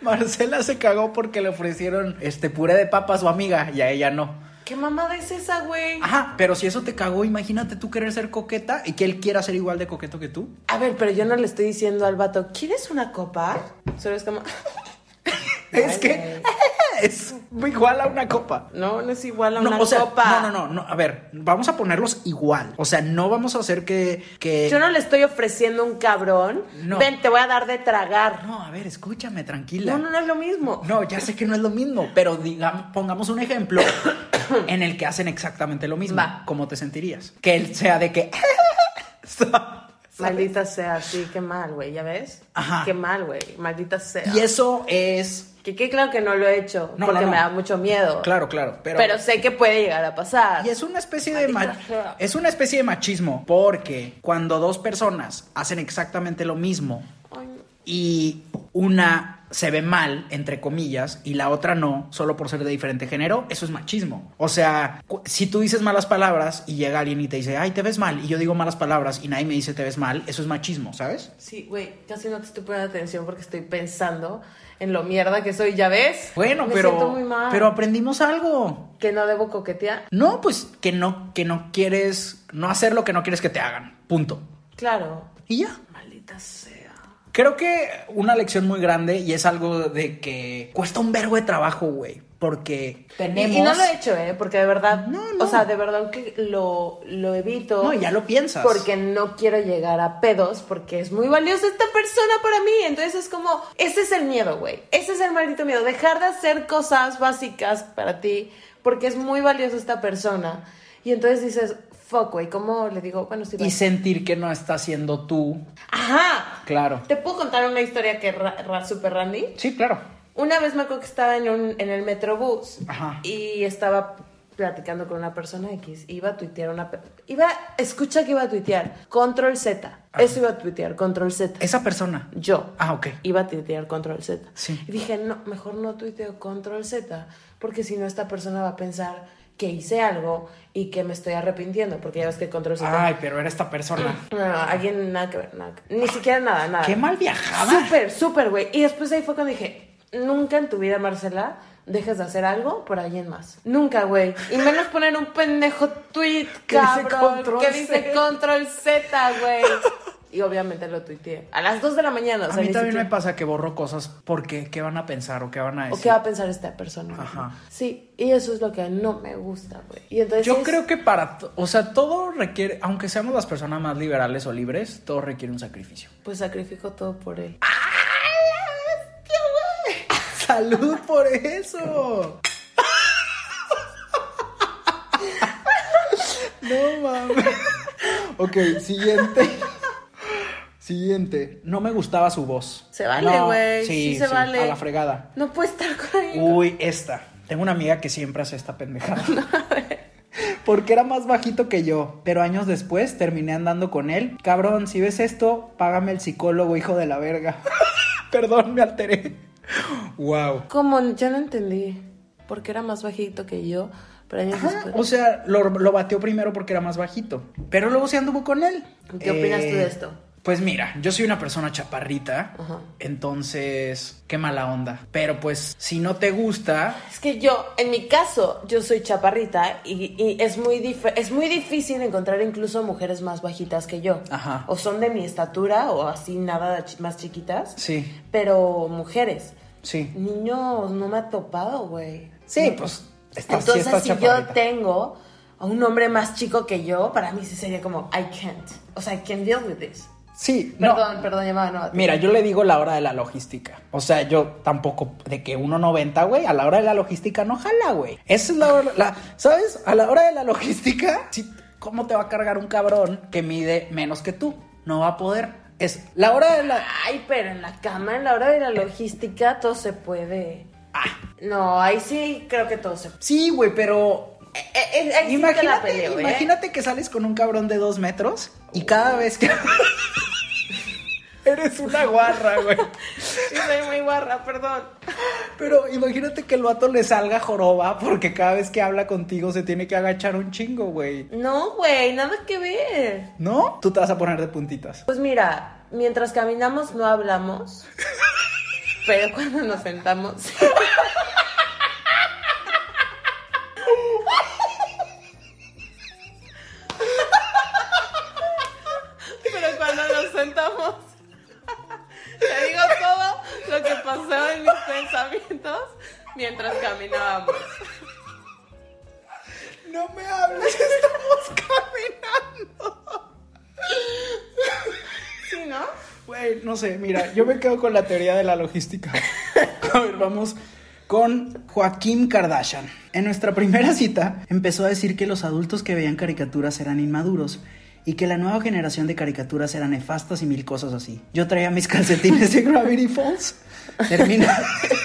Speaker 2: Marcela se cagó porque le ofrecieron este puré de papa a su amiga y a ella no.
Speaker 3: ¿Qué mamada es esa, güey?
Speaker 2: Ajá, pero si eso te cagó, imagínate tú querer ser coqueta y que él quiera ser igual de coqueto que tú.
Speaker 3: A ver, pero yo no le estoy diciendo al vato, ¿quieres una copa? Solo es como, [laughs]
Speaker 2: es que [laughs] es igual a una copa.
Speaker 3: no, no es igual a
Speaker 2: No,
Speaker 3: una
Speaker 2: o sea,
Speaker 3: copa.
Speaker 2: no, no, no, no, a ver, vamos a ponerlos igual. O sea, no vamos a hacer que. que...
Speaker 3: Yo no le estoy ofreciendo un cabrón.
Speaker 2: No.
Speaker 3: Ven, te voy a dar de tragar.
Speaker 2: No, a ver, escúchame, tranquila.
Speaker 3: No, no, no es lo mismo.
Speaker 2: No, ya sé que no es lo mismo, pero digamos, pongamos un ejemplo [coughs] en el que hacen exactamente lo mismo.
Speaker 3: Va.
Speaker 2: ¿Cómo te sentirías? Que él sea de que. [laughs]
Speaker 3: Maldita sea, sí, qué mal, güey, ¿ya ves?
Speaker 2: Ajá.
Speaker 3: Qué mal, güey, maldita sea.
Speaker 2: Y eso es.
Speaker 3: Que, que claro que no lo he hecho,
Speaker 2: No,
Speaker 3: porque
Speaker 2: no, no.
Speaker 3: me da mucho miedo.
Speaker 2: Claro, claro, pero.
Speaker 3: Pero, sé que puede llegar a pasar.
Speaker 2: y es una especie de ma-
Speaker 3: Maldita sea.
Speaker 2: es una especie de machismo porque cuando dos personas hacen exactamente lo mismo
Speaker 3: Ay, no.
Speaker 2: y una se ve mal, entre comillas, y la otra no, solo por ser de diferente género, eso es machismo. O sea, cu- si tú dices malas palabras y llega alguien y te dice, ay, te ves mal, y yo digo malas palabras y nadie me dice te ves mal, eso es machismo, ¿sabes?
Speaker 3: Sí, güey, casi no te estoy poniendo atención porque estoy pensando en lo mierda que soy, ¿ya ves?
Speaker 2: Bueno,
Speaker 3: Me
Speaker 2: pero,
Speaker 3: siento muy mal.
Speaker 2: pero aprendimos algo.
Speaker 3: Que no debo coquetear.
Speaker 2: No, pues que no, que no quieres, no hacer lo que no quieres que te hagan, punto.
Speaker 3: Claro.
Speaker 2: Y ya.
Speaker 3: Maldita sea.
Speaker 2: Creo que una lección muy grande y es algo de que cuesta un vergo de trabajo, güey, porque tenemos...
Speaker 3: Y, y no lo he hecho, ¿eh? Porque de verdad,
Speaker 2: No, no.
Speaker 3: o sea, de verdad que lo, lo evito.
Speaker 2: No, ya lo piensas.
Speaker 3: Porque no quiero llegar a pedos, porque es muy valiosa esta persona para mí. Entonces es como, ese es el miedo, güey. Ese es el maldito miedo. Dejar de hacer cosas básicas para ti, porque es muy valiosa esta persona. Y entonces dices, fuck, güey, ¿cómo le digo? Bueno, sí,
Speaker 2: y
Speaker 3: bye.
Speaker 2: sentir que no está siendo tú.
Speaker 3: Ajá.
Speaker 2: Claro.
Speaker 3: ¿Te puedo contar una historia que ra, ra- super Randy?
Speaker 2: Sí, claro.
Speaker 3: Una vez me acuerdo que estaba en, un, en el Metrobús
Speaker 2: Ajá.
Speaker 3: y estaba platicando con una persona X. Iba a tuitear una... pe- Iba, escucha que iba a tuitear. Control Z. Eso iba a tuitear, Control Z.
Speaker 2: Esa persona.
Speaker 3: Yo.
Speaker 2: Ah, ok.
Speaker 3: Iba a tuitear Control Z.
Speaker 2: Sí.
Speaker 3: Y dije, no, mejor no tuiteo Control Z, porque si no esta persona va a pensar que hice algo y que me estoy arrepintiendo, porque ya ves que Control Z...
Speaker 2: Ay, pero era esta persona.
Speaker 3: No, no, alguien nada que ver, nada que- Ni siquiera nada, nada.
Speaker 2: Qué mal viajada.
Speaker 3: Súper, súper, güey. Y después de ahí fue cuando dije, nunca en tu vida, Marcela, dejes de hacer algo por alguien más. Nunca, güey. Y menos poner un pendejo tweet,
Speaker 2: [laughs] Que dice
Speaker 3: cabrón,
Speaker 2: control
Speaker 3: que dice
Speaker 2: Z.
Speaker 3: control Z,
Speaker 2: [laughs]
Speaker 3: güey. Y obviamente lo tuiteé. A las 2 de la mañana, o
Speaker 2: A
Speaker 3: sea,
Speaker 2: mí
Speaker 3: ni
Speaker 2: también me
Speaker 3: siquiera-
Speaker 2: pasa que borro cosas porque qué van a pensar o qué van a
Speaker 3: ¿O
Speaker 2: decir.
Speaker 3: qué va a pensar esta persona?
Speaker 2: Ajá.
Speaker 3: Sí, y eso es lo que no me gusta, güey. Y entonces...
Speaker 2: Yo creo que para, to- o sea, todo requiere, aunque seamos las personas más liberales o libres, todo requiere un sacrificio.
Speaker 3: Pues sacrifico todo por él. Ah,
Speaker 2: Salud por eso. No mames. Ok, siguiente. Siguiente. No me gustaba su voz.
Speaker 3: Se vale,
Speaker 2: No,
Speaker 3: güey. sí, se vale.
Speaker 2: A la fregada.
Speaker 3: No puede estar con alguien [laughs]
Speaker 2: Uy, esta. Tengo una amiga que siempre hace esta pendejada. porque era más bajito que yo. Pero años después terminé andando con él. Cabrón, si ves esto, págame el psicólogo, hijo de la verga. [laughs] Perdón, me alteré. Wow.
Speaker 3: Como ya no entendí, porque era más bajito que yo, pero años después.
Speaker 2: O sea, lo, lo bateó primero porque era más bajito. Pero luego se anduvo con él.
Speaker 3: ¿Qué opinas tú de esto?
Speaker 2: Pues mira, yo soy una persona chaparrita,
Speaker 3: Ajá.
Speaker 2: entonces qué mala onda. Pero pues si no te gusta,
Speaker 3: Es que yo, en mi caso, yo soy chaparrita y, y es, muy dif- es muy difícil encontrar incluso mujeres más bajitas que yo.
Speaker 2: Ajá.
Speaker 3: O son de mi estatura o así nada chi- más chiquitas.
Speaker 2: sí,
Speaker 3: Pero mujeres,
Speaker 2: sí.
Speaker 3: niños, no me ha topado, güey.
Speaker 2: Sí,
Speaker 3: No.
Speaker 2: pues estás, sí
Speaker 3: Entonces,
Speaker 2: estás
Speaker 3: si yo
Speaker 2: chaparrita.
Speaker 3: tengo a un hombre más chico que yo, para mí sí sería como, I can't. O sea, I can't deal with this.
Speaker 2: Sí, no.
Speaker 3: Perdón, perdón, llamada no.
Speaker 2: Mira, yo le digo la hora de la logística. O sea, yo tampoco, de que 1.90, güey, a la hora de la logística no jala, güey. Esa es la hora, la- ¿sabes? A la hora de la logística, sí, ¿cómo te va a cargar un cabrón que mide menos que tú? No va a poder. Es la hora de la...
Speaker 3: Ay, pero en la cama, en la hora de la logística, todo se puede. No, ahí sí creo que todo se Eh, puede.
Speaker 2: ah, Sí, güey, pero
Speaker 3: imagínate,
Speaker 2: Imagínate,
Speaker 3: ¿eh?
Speaker 2: imagínate que sales con un cabrón de dos metros y cada vez que. [laughs] Eres una guarra, güey.
Speaker 3: [laughs] Sí, soy muy guarra, perdón.
Speaker 2: Pero imagínate que el vato le salga joroba porque cada vez que habla contigo se tiene que agachar un chingo, güey.
Speaker 3: No, güey, nada que ver.
Speaker 2: ¿No? Tú te vas a poner de puntitas.
Speaker 3: Pues mira, mientras caminamos no [laughs] hablamos, pero cuando nos sentamos... pero cuando nos sentamos... Te digo todo lo que pasó en mis pensamientos mientras caminábamos.
Speaker 2: No me hables, [laughs] estamos caminando.
Speaker 3: ¿Sí, no?
Speaker 2: Güey, no sé, mira, yo me quedo con la teoría de la logística. A ver, vamos con Joaquín Kardashian. En nuestra primera cita empezó a decir que los adultos que veían caricaturas eran inmaduros y que la nueva generación de caricaturas eran nefastas y mil cosas así. Yo traía mis calcetines de Gravity Falls. Termina-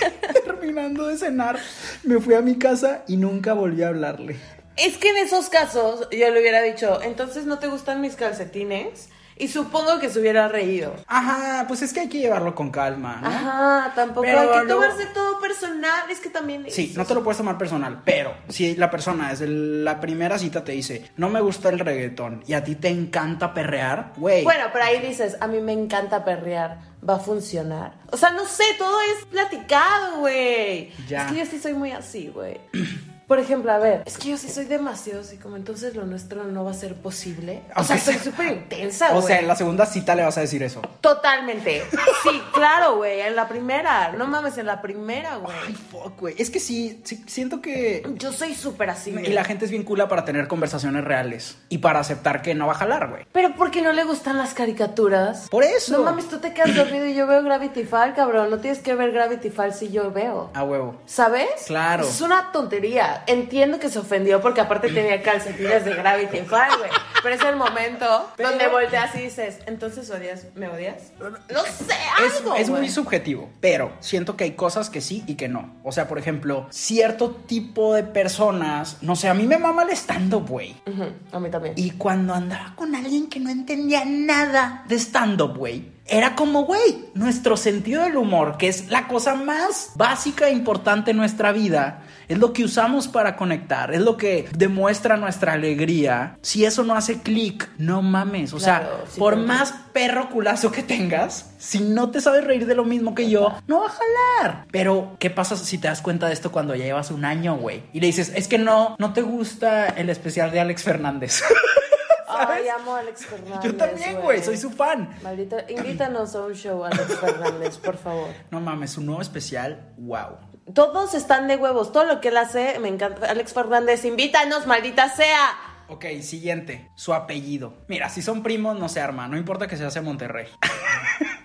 Speaker 2: [laughs] terminando de cenar, me fui a mi casa y nunca volví a hablarle.
Speaker 3: Es que en esos casos yo le hubiera dicho, entonces no te gustan mis calcetines y supongo que se hubiera reído.
Speaker 2: Ajá, pues es que hay que llevarlo con calma, ¿no?
Speaker 3: Ajá, tampoco
Speaker 2: Pero
Speaker 3: hay que
Speaker 2: no-
Speaker 3: tomarse todo personal, es que también...
Speaker 2: Sí,
Speaker 3: es-
Speaker 2: no te lo puedes tomar personal, pero si la persona desde la primera cita te dice, no me gusta el reggaetón y a ti te encanta perrear, güey.
Speaker 3: Bueno, pero ahí dices, a mí me encanta perrear, va a funcionar. O sea, no sé, todo es platicado, güey.
Speaker 2: Ya.
Speaker 3: Es que yo sí soy muy así, güey. [clears throat] Por ejemplo, a ver, es que yo sí soy demasiado así, como entonces lo nuestro no va a ser posible. O, sea, soy súper intensa,
Speaker 2: O
Speaker 3: güey.
Speaker 2: sea, en la segunda cita le vas a decir eso.
Speaker 3: Totalmente. Sí, claro, güey. En la primera. No mames, en la primera,
Speaker 2: Ay,
Speaker 3: güey.
Speaker 2: fuck, güey. Es que sí, sí, siento que...
Speaker 3: Yo soy súper así,
Speaker 2: Y
Speaker 3: güey.
Speaker 2: la gente es bien cula para tener conversaciones reales y para aceptar que no va a jalar, güey.
Speaker 3: Pero porque no le gustan las caricaturas.
Speaker 2: Por eso.
Speaker 3: No mames, tú te quedas dormido y yo veo Gravity Fall, cabrón. No tienes que ver Gravity Fall si yo veo.
Speaker 2: A huevo.
Speaker 3: ¿Sabes?
Speaker 2: Claro.
Speaker 3: Es una tontería. Entiendo que se ofendió porque aparte tenía calcetines de Gravity Fall, güey. Pero es el momento
Speaker 2: Pero-
Speaker 3: donde volteas y dices, entonces odias, ¿me odias? No sé,
Speaker 2: Es,
Speaker 3: algo.
Speaker 2: es muy
Speaker 3: güey.
Speaker 2: subjetivo, pero siento que hay cosas que sí y que no. O sea, por ejemplo, cierto tipo de personas, no sé, a mí me mama el stand-up, güey.
Speaker 3: Ujú, A mí también.
Speaker 2: Y cuando andaba con alguien que no entendía nada de stand-up, güey, era como, güey, nuestro sentido del humor, que es la cosa más básica e importante en nuestra vida, es lo que usamos para conectar, es lo que demuestra nuestra alegría. Si eso no hace clic, no mames. O
Speaker 3: Claro,
Speaker 2: sea,
Speaker 3: sí,
Speaker 2: por
Speaker 3: claro.
Speaker 2: más perro culazo que tengas, si no te sabes reír de lo mismo que yo, no va a jalar. Pero, ¿qué pasa si te das cuenta de esto cuando ya llevas un año, güey? Y le dices, es que no, no te gusta el especial de Alex Fernández. [laughs]
Speaker 3: Ay, amo a Alex Fernández.
Speaker 2: Yo también, güey, soy su fan.
Speaker 3: Maldito, invítanos a un show, Alex Fernández, por favor.
Speaker 2: No mames, su nuevo especial, wow.
Speaker 3: Todos están de huevos, todo lo que él hace, me encanta. Alex Fernández, invítanos, maldita sea.
Speaker 2: Ok, siguiente, su apellido. Mira, si son primos, no se arma, no importa que se hace Monterrey.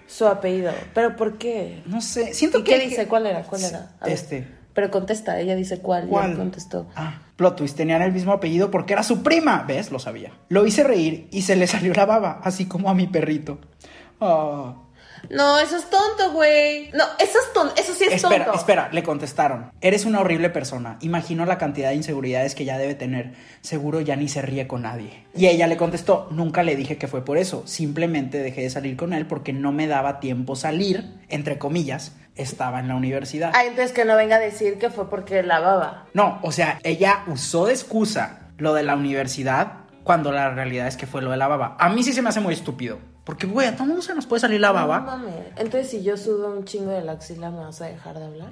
Speaker 3: Su apellido. ¿Pero por qué?
Speaker 2: No sé, siento
Speaker 3: ¿Y
Speaker 2: que...
Speaker 3: qué dice? ¿Cuál era? ¿Cuál era? A ver.
Speaker 2: Este.
Speaker 3: Pero contesta, ella dice cuál, y
Speaker 2: ¿Cuál?
Speaker 3: él contestó.
Speaker 2: Ah, plot twist, tenían el mismo apellido porque era su prima. ¿Ves? Lo sabía. Lo hice reír y se le salió la baba, así como a mi perrito. Ah.
Speaker 3: No, eso es tonto, güey. No, eso es tonto. Eso sí es
Speaker 2: espera,
Speaker 3: tonto.
Speaker 2: espera, le contestaron. Eres una horrible persona. Imagino la cantidad de inseguridades que ya debe tener. Seguro ya ni se ríe con nadie. Y ella le contestó, nunca le dije que fue por eso. Simplemente dejé de salir con él porque no me daba tiempo salir, entre comillas, estaba en la universidad.
Speaker 3: Ah, entonces que no venga a decir que fue porque la baba.
Speaker 2: No, o sea, ella usó de excusa lo de la universidad cuando la realidad es que fue lo de la baba. A mí sí se me hace muy estúpido. Porque, güey, a todo mundo se nos puede salir la
Speaker 3: No
Speaker 2: baba.
Speaker 3: mames. Entonces, si yo sudo un chingo de la axila, ¿me vas a dejar de hablar?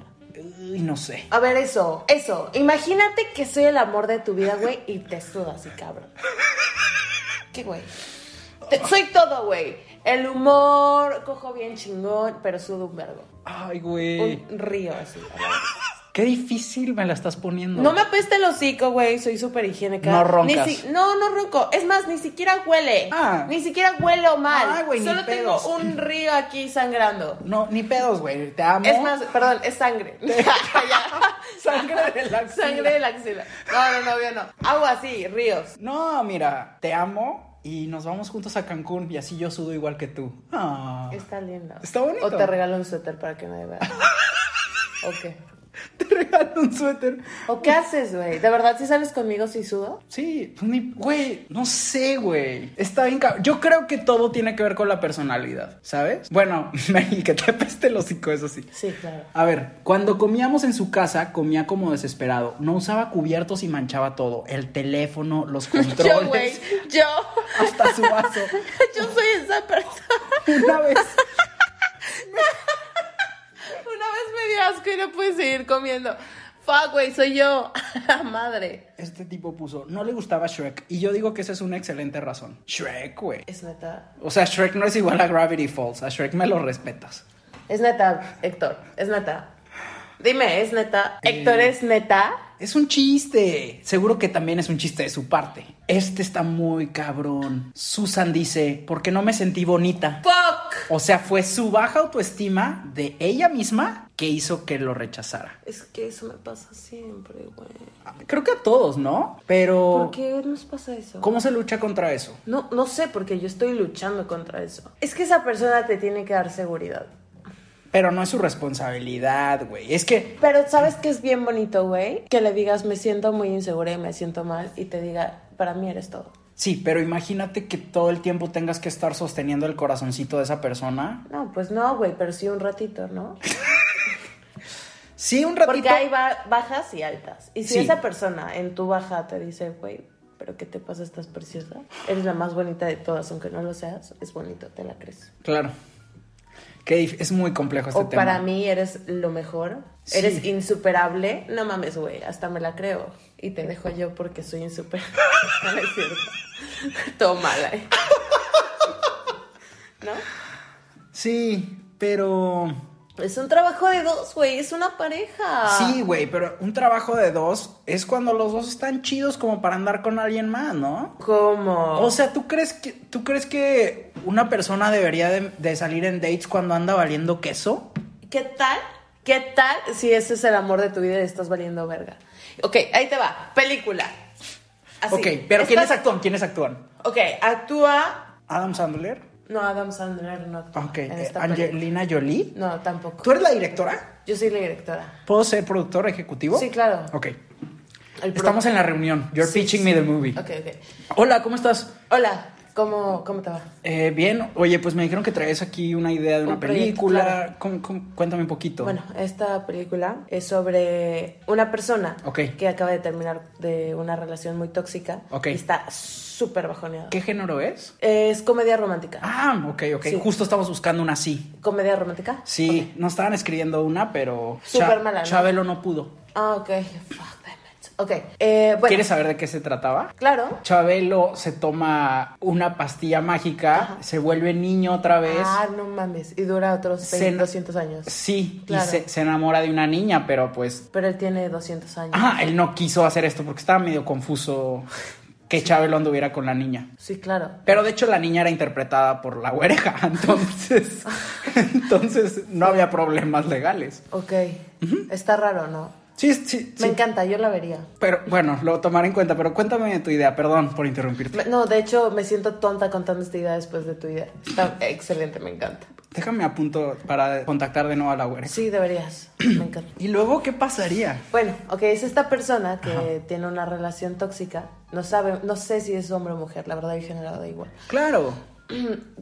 Speaker 2: Y no sé.
Speaker 3: A ver, eso, eso. Imagínate que soy el amor de tu vida, güey, y te sudo así, cabrón. ¿Qué, güey? Te- Soy todo, güey. El humor, cojo bien chingón, pero sudo un vergo.
Speaker 2: Ay, güey.
Speaker 3: Un río así.
Speaker 2: Qué difícil me la estás poniendo.
Speaker 3: No me apeste el hocico, güey. Soy súper higiénica.
Speaker 2: No roncas.
Speaker 3: Ni si- no, no ronco. Es más, ni siquiera huele.
Speaker 2: Ah.
Speaker 3: Ni siquiera huelo mal.
Speaker 2: Ah, güey, ni
Speaker 3: Solo tengo
Speaker 2: pedos.
Speaker 3: un río aquí sangrando.
Speaker 2: No, ni pedos, güey. Te amo.
Speaker 3: Es más, perdón, es sangre. [laughs] Ya.
Speaker 2: [laughs] Sangre de la axila.
Speaker 3: [laughs] Sangre de la axila. No, no, no, obvio no. Agua así, ríos.
Speaker 2: No, mira, te amo y nos vamos juntos a Cancún y así yo sudo igual que tú. Ah.
Speaker 3: Está lindo.
Speaker 2: Está bonito.
Speaker 3: O te regalo un suéter para que nadie vea. [laughs] ¿O qué?
Speaker 2: Te regalo un suéter.
Speaker 3: ¿O qué haces, güey? ¿De verdad si sales conmigo si sudo?
Speaker 2: Sí, pues ni- güey, no sé, güey. Está bien. cab- Yo creo que todo tiene que ver con la personalidad, ¿sabes? Bueno, [laughs] Mary, que te peste el hocico, eso sí.
Speaker 3: Sí, claro.
Speaker 2: A ver, cuando comíamos en su casa, comía como desesperado. No usaba cubiertos y manchaba todo. El teléfono, los
Speaker 3: [laughs] Yo, güey.
Speaker 2: controles,
Speaker 3: Yo.
Speaker 2: hasta su vaso.
Speaker 3: [laughs] Yo soy esa persona.
Speaker 2: Una vez,
Speaker 3: Una vez me dio asco y no pude seguir comiendo. Fuck, güey, soy yo. [laughs] Madre.
Speaker 2: este tipo puso, no le gustaba Shrek. Y yo digo que esa es una excelente razón. Shrek, güey.
Speaker 3: Es neta.
Speaker 2: O sea, Shrek no es igual a Gravity Falls. A Shrek me lo respetas.
Speaker 3: Es neta, Héctor. Es neta. Dime, ¿es neta? ¿Héctor es neta?
Speaker 2: Es un chiste. Seguro que también es un chiste de su parte. Este está muy cabrón. Susan dice, porque no me sentí bonita.
Speaker 3: ¡Fuck!
Speaker 2: O sea, fue su baja autoestima de ella misma que hizo que lo rechazara.
Speaker 3: Es que eso me pasa siempre, güey.
Speaker 2: Creo que a todos, ¿no? Pero,
Speaker 3: ¿Por qué nos pasa eso?
Speaker 2: ¿cómo se lucha contra eso?
Speaker 3: No, no sé, porque yo estoy luchando contra eso. Es que esa persona te tiene que dar seguridad.
Speaker 2: Pero no es su responsabilidad, güey. Es que,
Speaker 3: Pero ¿sabes qué es bien bonito, güey? Que le digas, me siento muy insegura y me siento mal, y te diga, para mí eres todo.
Speaker 2: sí, pero imagínate que todo el tiempo tengas que estar sosteniendo el corazoncito de esa persona.
Speaker 3: No, pues no, güey, pero sí un ratito, ¿no?
Speaker 2: Sí, un ratito.
Speaker 3: Porque hay ba- bajas y altas. Y si
Speaker 2: Sí.
Speaker 3: esa persona en tu baja te dice, güey, pero ¿qué te pasa? Estás preciosa. Eres la más bonita de todas, aunque no lo seas. Es bonito, te la crees.
Speaker 2: Claro. Que dif- es muy complejo este
Speaker 3: o
Speaker 2: tema.
Speaker 3: para mí eres lo mejor.
Speaker 2: Sí.
Speaker 3: Eres insuperable. No mames, güey, hasta me la creo. Y te dejo yo porque soy insuperable. [laughs] no es cierto. [laughs] Tómala. eh. ¿No?
Speaker 2: Sí, pero.
Speaker 3: Es un trabajo de dos, güey. Es una pareja.
Speaker 2: Sí, güey, pero un trabajo de dos es cuando los dos están chidos como para andar con alguien más, ¿no?
Speaker 3: ¿Cómo?
Speaker 2: O sea, ¿tú crees que, tú crees que una persona debería de, de salir en dates cuando anda valiendo queso?
Speaker 3: ¿Qué tal? ¿Qué tal si ese es el amor de tu vida y estás valiendo verga? Ok, ahí te va. Película. Así.
Speaker 2: ok, pero ¿quiénes
Speaker 3: Estás-
Speaker 2: actúan? ¿Quiénes actúan?
Speaker 3: Ok, actúa.
Speaker 2: Adam Sandler.
Speaker 3: No, Adam Sandler no actúa.
Speaker 2: Ok,
Speaker 3: Ah, en
Speaker 2: eh,
Speaker 3: esta película.
Speaker 2: Angelina Jolie.
Speaker 3: No, tampoco.
Speaker 2: ¿Tú eres la directora?
Speaker 3: Yo soy la directora.
Speaker 2: ¿Puedo ser productor ejecutivo?
Speaker 3: Sí, claro.
Speaker 2: Ok.
Speaker 3: El pro-
Speaker 2: Estamos en la reunión. You're
Speaker 3: Sí,
Speaker 2: pitching
Speaker 3: sí.
Speaker 2: me the movie.
Speaker 3: Ok, ok.
Speaker 2: Hola, ¿cómo estás?
Speaker 3: Hola, ¿cómo, cómo te va?
Speaker 2: Eh, bien, oye, pues me dijeron que traes aquí una idea de
Speaker 3: Un
Speaker 2: una
Speaker 3: proyecto,
Speaker 2: película.
Speaker 3: claro.
Speaker 2: ¿Cómo- cómo? cuéntame un poquito.
Speaker 3: Bueno, esta película es sobre una persona
Speaker 2: Ok.
Speaker 3: que acaba de terminar de una relación muy tóxica.
Speaker 2: Ok.
Speaker 3: Y está súper bajoneada.
Speaker 2: ¿Qué género es?
Speaker 3: Es comedia romántica.
Speaker 2: Ah, ok, ok.
Speaker 3: Sí.
Speaker 2: Justo estamos buscando una así.
Speaker 3: ¿Comedia romántica?
Speaker 2: Sí, nos estaban escribiendo una, pero
Speaker 3: Súper mala, ¿no?
Speaker 2: Chabelo no pudo.
Speaker 3: Ah, ok. Fuck, damn it. Ok. eh, bueno,
Speaker 2: ¿Quieres saber de qué se trataba?
Speaker 3: Claro.
Speaker 2: Chabelo se toma una pastilla mágica, se vuelve niño otra vez.
Speaker 3: Ah, no mames. Y dura otros
Speaker 2: Se
Speaker 3: 20,
Speaker 2: na-
Speaker 3: 200 años.
Speaker 2: Sí,
Speaker 3: Claro.
Speaker 2: y se, se enamora de una niña, pero pues...
Speaker 3: Pero él tiene 200 años.
Speaker 2: Ah, él no quiso hacer esto porque estaba medio confuso que Chabelo anduviera con la niña.
Speaker 3: Sí, claro.
Speaker 2: Pero de hecho la niña era interpretada por la huereja, [laughs] entonces, entonces no había problemas legales.
Speaker 3: Ok. Está raro, ¿no?
Speaker 2: Sí, sí,
Speaker 3: Me
Speaker 2: sí.
Speaker 3: encanta, yo la vería.
Speaker 2: Pero bueno, lo tomaré en cuenta, pero cuéntame de tu idea, perdón por interrumpirte.
Speaker 3: Me- No, de hecho, me siento tonta contando esta idea después de tu idea. Está excelente, me encanta.
Speaker 2: Déjame apunto para contactar de nuevo a la güera.
Speaker 3: Sí, deberías. Me encanta.
Speaker 2: ¿Y luego qué pasaría?
Speaker 3: Bueno, ok, es esta persona que tiene una relación tóxica. No sabe, no sé si es hombre o mujer, la verdad, yo generado da igual. [clears throat]
Speaker 2: Claro.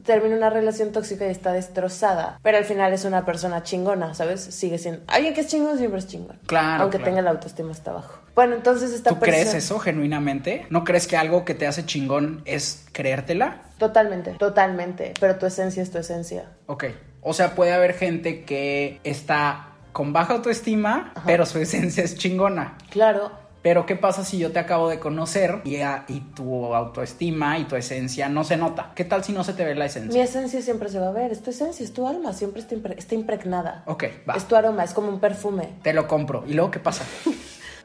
Speaker 3: termina una relación tóxica y está destrozada, pero al final es una persona chingona, ¿sabes? Sigue siendo alguien que es chingón siempre es chingón.
Speaker 2: Claro,
Speaker 3: Aunque
Speaker 2: claro.
Speaker 3: tenga la autoestima hasta abajo. Bueno, entonces esta
Speaker 2: ¿Tú
Speaker 3: persona
Speaker 2: crees eso genuinamente? ¿No crees que algo que te hace chingón es creértela?
Speaker 3: totalmente, totalmente, pero tu esencia es tu esencia.
Speaker 2: Ok. O sea, puede haber gente que está con baja autoestima, pero su esencia es chingona.
Speaker 3: Claro,
Speaker 2: Pero ¿qué pasa si yo te acabo de conocer y, a- y tu autoestima y tu esencia no se nota? ¿Qué tal si no se te ve la
Speaker 3: mi
Speaker 2: esencia?
Speaker 3: esencia siempre se va a ver, es tu esencia, es tu alma, siempre está, impre- está impregnada.
Speaker 2: Ok, va.
Speaker 3: Es tu aroma, es como un perfume.
Speaker 2: Te lo compro. ¿Y luego qué
Speaker 3: [laughs]
Speaker 2: pasa?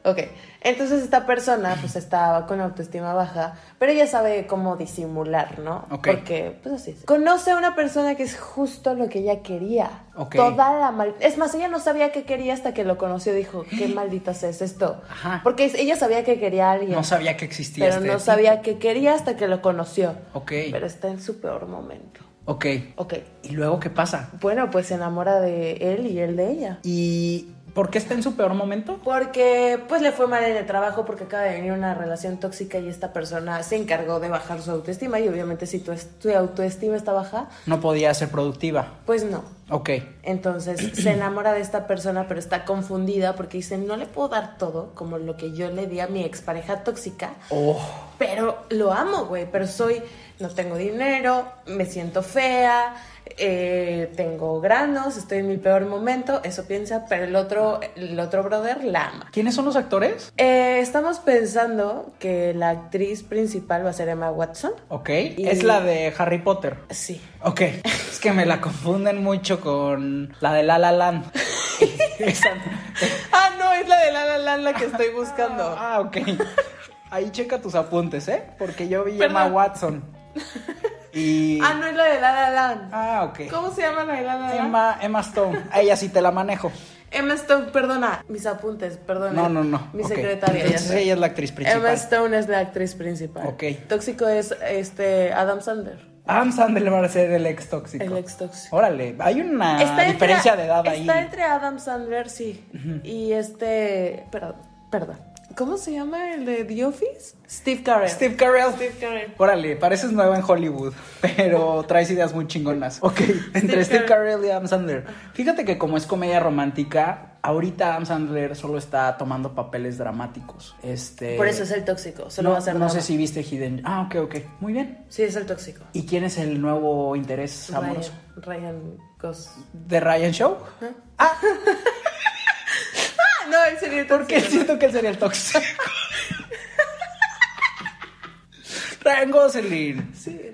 Speaker 3: Ok, entonces esta persona pues estaba con autoestima baja, pero ella sabe cómo disimular, ¿no?
Speaker 2: Ok.
Speaker 3: Porque, pues así es. Conoce a una persona que es justo lo que ella quería.
Speaker 2: Ok.
Speaker 3: Toda la mal... Es más, ella no sabía qué quería hasta que lo conoció, dijo, [gasps] qué maldita sea es esto.
Speaker 2: Ajá.
Speaker 3: Porque es- ella sabía que quería a alguien,
Speaker 2: No sabía que existía
Speaker 3: pero
Speaker 2: este
Speaker 3: no
Speaker 2: tipo.
Speaker 3: sabía qué quería hasta que lo conoció.
Speaker 2: Ok.
Speaker 3: Pero está en su peor momento.
Speaker 2: Ok.
Speaker 3: Ok,
Speaker 2: ¿Y luego qué pasa?
Speaker 3: bueno, pues se enamora de él y él de ella.
Speaker 2: ¿Y por qué está en su peor momento?
Speaker 3: Porque pues le fue mal en el trabajo porque acaba de venir una relación tóxica y esta persona se encargó de bajar su autoestima y obviamente si tu, es- tu autoestima está baja,
Speaker 2: No podía ser productiva.
Speaker 3: pues no.
Speaker 2: Ok.
Speaker 3: [clears throat] Entonces se enamora de esta persona pero está confundida porque dice no le puedo dar todo como lo que yo le di a mi expareja tóxica,
Speaker 2: Oh,
Speaker 3: pero lo amo, güey, pero soy, no tengo dinero, me siento fea, eh, tengo granos, estoy en mi peor momento, eso piensa, pero el otro, el otro brother la ama.
Speaker 2: ¿quiénes son los actores?
Speaker 3: Eh, estamos pensando que la actriz principal va a ser Emma Watson.
Speaker 2: Ok.
Speaker 3: Y-
Speaker 2: Es la de Harry Potter.
Speaker 3: Sí.
Speaker 2: Ok.
Speaker 3: [laughs]
Speaker 2: Es que me la confunden mucho con la de La La Land.
Speaker 3: [laughs]
Speaker 2: Esa-
Speaker 3: Ah, no, es la de La La Land la que estoy buscando.
Speaker 2: Ah, ok. Ahí checa tus apuntes, ¿eh? Porque yo vi
Speaker 3: Perdón.
Speaker 2: Emma Watson. Y.
Speaker 3: [laughs] [laughs] Ah, no es la de La La Land.
Speaker 2: Ah, ok.
Speaker 3: ¿Cómo se llama la de La La Land?
Speaker 2: Emma, Emma Stone. A ella sí te la manejo.
Speaker 3: Emma Stone, perdona. Mis apuntes, perdona.
Speaker 2: No, no, no.
Speaker 3: Mi
Speaker 2: Ok.
Speaker 3: secretaria.
Speaker 2: Entonces
Speaker 3: ya sé.
Speaker 2: ella es la actriz principal.
Speaker 3: Emma Stone es la actriz principal.
Speaker 2: Ok.
Speaker 3: Tóxico es este Adam Sandler,
Speaker 2: Adam Ah, Sandler va a ser el ex tóxico.
Speaker 3: el ex tóxico.
Speaker 2: Órale, hay una
Speaker 3: Está entre-
Speaker 2: diferencia de edad ahí.
Speaker 3: Está entre Adam Sandler, sí. Y este. Perdón, perdón. ¿Cómo se llama el de The Office? Steve Carell.
Speaker 2: Steve Carell.
Speaker 3: Steve Carell.
Speaker 2: Órale, pareces nueva en Hollywood, pero traes ideas muy chingonas. Ok, entre Steve Carell y Adam Sandler. Fíjate que como es comedia romántica, ahorita Adam Sandler solo está tomando papeles dramáticos. Este,
Speaker 3: Por eso es el tóxico. Solo
Speaker 2: no,
Speaker 3: va a ser
Speaker 2: No
Speaker 3: drama.
Speaker 2: sé si viste Hidden. Ah, ok, ok. Muy bien.
Speaker 3: Sí, es el tóxico.
Speaker 2: ¿Y quién es el nuevo interés
Speaker 3: Ryan,
Speaker 2: amoroso?
Speaker 3: Ryan Gos.
Speaker 2: ¿De Ryan Show?
Speaker 3: Ah, no, él sería el tóxico.
Speaker 2: Porque siento que él sería el tóxico. Ryan Gosling.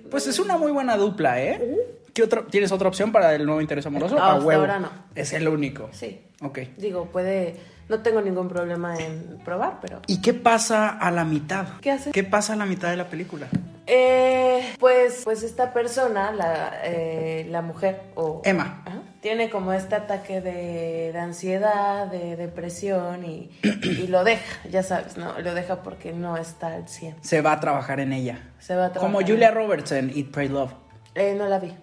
Speaker 2: Pues es una muy buena dupla, ¿eh? ¿Qué otro, ¿Tienes otra opción para el nuevo interés amoroso?
Speaker 3: No,
Speaker 2: A
Speaker 3: Uh-huh. Ah, hasta
Speaker 2: huevo.
Speaker 3: ahora no.
Speaker 2: Es el único.
Speaker 3: Sí.
Speaker 2: Ok.
Speaker 3: Digo, puede. No tengo ningún problema en probar, pero.
Speaker 2: ¿Y qué pasa a la mitad?
Speaker 3: ¿Qué hace?
Speaker 2: ¿Qué pasa a la mitad de la película?
Speaker 3: Eh, pues, pues esta persona, la, eh, la mujer o
Speaker 2: Emma.
Speaker 3: Ajá. tiene como este ataque de, de ansiedad, de depresión y, y lo deja, ya sabes, ¿no? Lo deja porque no está al 100.
Speaker 2: Se va a trabajar en ella.
Speaker 3: Se va a
Speaker 2: Como
Speaker 3: trabajar.
Speaker 2: Julia Roberts en Eat, Pray, Love. [laughs]
Speaker 3: Eh, no la vi.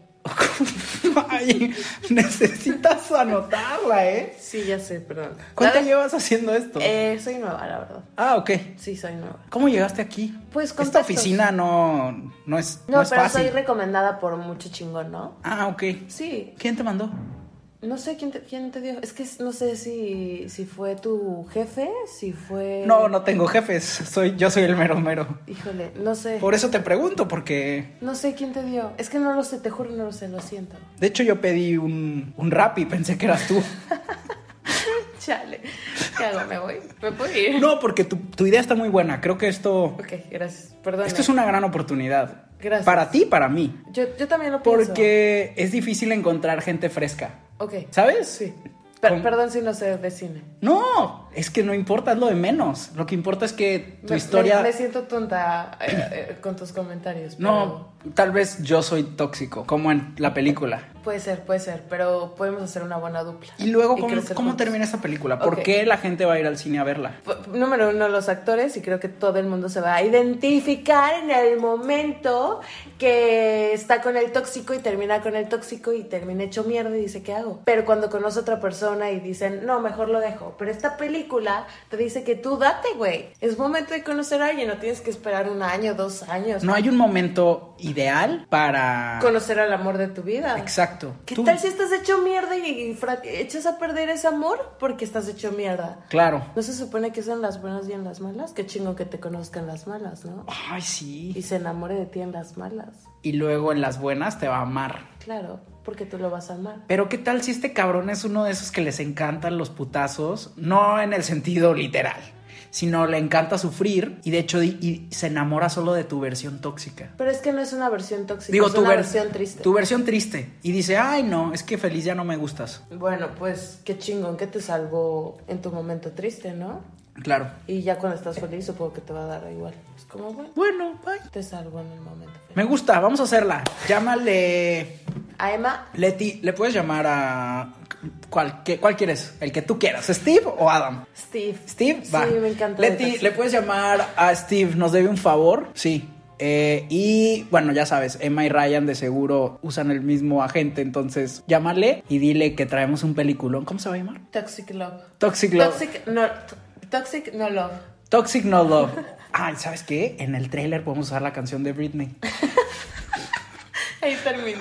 Speaker 2: Ay, necesitas anotarla, ¿eh?
Speaker 3: Sí, ya sé, perdón.
Speaker 2: ¿Cuánto
Speaker 3: La de-
Speaker 2: llevas haciendo esto?
Speaker 3: Eh, soy nueva, la verdad.
Speaker 2: Ah, ok.
Speaker 3: Sí, soy nueva.
Speaker 2: ¿Cómo llegaste aquí?
Speaker 3: Pues,
Speaker 2: Esta
Speaker 3: contactos.
Speaker 2: oficina no, no es,
Speaker 3: No,
Speaker 2: no es
Speaker 3: pero
Speaker 2: fácil.
Speaker 3: soy recomendada por mucho chingón, ¿no?
Speaker 2: Ah, ok.
Speaker 3: Sí,
Speaker 2: ¿Quién te mandó?
Speaker 3: no sé quién te, quién te dio. Es que no sé si, si fue tu jefe, si fue.
Speaker 2: No, no tengo jefes. Soy, yo soy el mero mero.
Speaker 3: Híjole, no sé.
Speaker 2: Por eso te pregunto, porque
Speaker 3: No sé quién te dio. Es que no lo sé, te juro, no lo sé, lo siento.
Speaker 2: de hecho yo pedí un, un rap y pensé que
Speaker 3: [laughs]
Speaker 2: eras tú.
Speaker 3: Chale. ¿Qué hago? ¿Me voy? ¿Me puedo ir?
Speaker 2: No, porque tu, tu idea está muy buena. Creo que esto,
Speaker 3: Ok, gracias. Perdón.
Speaker 2: esto es una gran oportunidad.
Speaker 3: Gracias.
Speaker 2: Para ti, y para mí.
Speaker 3: Yo, yo también lo pienso.
Speaker 2: Porque es difícil encontrar gente fresca.
Speaker 3: Ok.
Speaker 2: ¿Sabes?
Speaker 3: Sí. Per-
Speaker 2: Con-
Speaker 3: Perdón si no sé de cine.
Speaker 2: No, es que no importa, es lo de menos. Lo que importa es que tu
Speaker 3: Me-
Speaker 2: historia...
Speaker 3: Me, me siento tonta eh, eh, con tus comentarios.
Speaker 2: No, tal vez yo soy tóxico, como en la película.
Speaker 3: pero- Puede ser, puede ser, pero podemos hacer una buena dupla.
Speaker 2: Y luego, ¿cómo,
Speaker 3: crecer
Speaker 2: cómo
Speaker 3: juntos.
Speaker 2: termina esa película? ¿Por
Speaker 3: Ok.
Speaker 2: qué la gente va a ir al cine a verla?
Speaker 3: P- Número uno, los actores, y creo que todo el mundo se va a identificar en el momento que está con el tóxico y termina con el tóxico y termina hecho mierda y dice, ¿qué hago? Pero cuando conoce a otra persona y dicen, no, mejor lo dejo. Pero esta película te dice que tú date, güey. Es momento de conocer a alguien, no tienes que esperar un año, dos años.
Speaker 2: No hay un momento ideal para...
Speaker 3: Conocer al amor de tu vida.
Speaker 2: Exacto.
Speaker 3: ¿Qué
Speaker 2: Tú-
Speaker 3: tal si estás hecho mierda y, y fra- echas a perder ese amor porque estás hecho mierda?
Speaker 2: Claro.
Speaker 3: ¿No se supone que son las buenas y en las malas? Qué chingo que te conozcan las malas, ¿no?
Speaker 2: Ay, sí.
Speaker 3: Y se enamore de ti en las malas.
Speaker 2: Y luego en las buenas te va a amar.
Speaker 3: Claro, porque tú lo vas a amar.
Speaker 2: Pero qué tal si este cabrón es uno de esos que les encantan los putazos, no en el sentido literal, sino le encanta sufrir y de hecho di- y se enamora solo de tu versión tóxica.
Speaker 3: Pero es que no es una versión tóxica,
Speaker 2: Digo,
Speaker 3: es
Speaker 2: tu
Speaker 3: una
Speaker 2: ver-
Speaker 3: versión triste.
Speaker 2: Tu versión triste. Y dice, ay no, es que feliz ya no me gustas.
Speaker 3: Bueno, pues qué chingón que te salvó en tu momento triste, ¿no?
Speaker 2: Claro.
Speaker 3: Y ya cuando estás feliz supongo que te va a dar igual. Es como, bueno,
Speaker 2: Bueno, bye.
Speaker 3: te salvó en el momento feliz.
Speaker 2: Me gusta, vamos a hacerla. Llámale.
Speaker 3: A Emma,
Speaker 2: Leti, ¿le puedes llamar a. ¿Cuál, qué- cuál quieres? El que tú quieras, ¿Steve o Adam?
Speaker 3: Steve.
Speaker 2: Steve, va.
Speaker 3: Sí, me encanta.
Speaker 2: Leti, ¿le puedes llamar a Steve? ¿Nos debe un favor? Sí. Eh, y bueno, ya sabes, Emma y Ryan de seguro usan el mismo agente, entonces llámale y dile que traemos un peliculón. ¿Cómo se va a llamar?
Speaker 3: Toxic Love.
Speaker 2: Toxic Love. Toxic,
Speaker 3: Toxic no, t- toxic no love.
Speaker 2: No Love. [laughs] Ay, ¿sabes qué? En el trailer podemos usar la canción de Britney.
Speaker 3: Ahí terminó.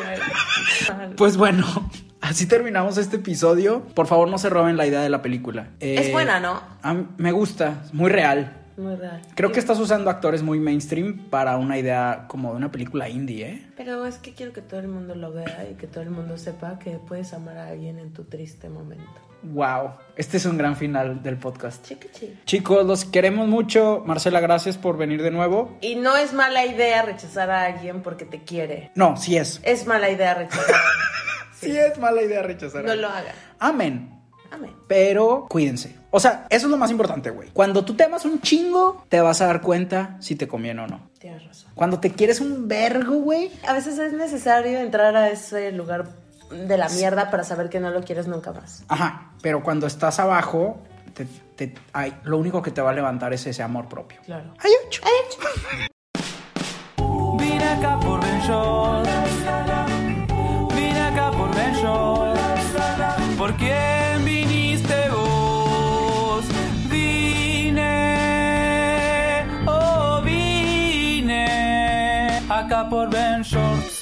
Speaker 2: Pues bueno, así terminamos este episodio. Por favor, no se roben la idea de la película. Eh,
Speaker 3: Es buena, ¿no?
Speaker 2: a mí me gusta, es muy real.
Speaker 3: Muy real.
Speaker 2: Creo que estás usando actores muy mainstream para una idea como de una película indie, ¿eh?
Speaker 3: Pero es que quiero que todo el mundo lo vea y que todo el mundo sepa que puedes amar a alguien en tu triste momento.
Speaker 2: Wow, este es un gran final del podcast.
Speaker 3: Chiquichi.
Speaker 2: Chicos, los queremos mucho. Marcela, gracias por venir de nuevo.
Speaker 3: Y no es mala idea rechazar a alguien porque te quiere.
Speaker 2: No, sí es.
Speaker 3: Es mala idea rechazar.
Speaker 2: Sí, es mala idea rechazar.
Speaker 3: no lo hagan.
Speaker 2: Amén.
Speaker 3: Amén.
Speaker 2: Pero cuídense. O sea, eso es lo más importante, güey. Cuando tú te amas un chingo, te vas a dar cuenta si te conviene o no.
Speaker 3: Tienes razón.
Speaker 2: Cuando te quieres un vergo, güey.
Speaker 3: A veces es necesario entrar a ese lugar de la mierda para saber que no lo quieres nunca más.
Speaker 2: Ajá. Pero cuando estás abajo, te- te- ay, lo único que te va a levantar es ese amor propio.
Speaker 3: Claro.
Speaker 2: Ay, ocho.
Speaker 1: Vine acá por Ben Shorts. Vine acá por Ben Shorts. ¿Por quién viniste vos? Vine, oh vine acá por Ben Shorts.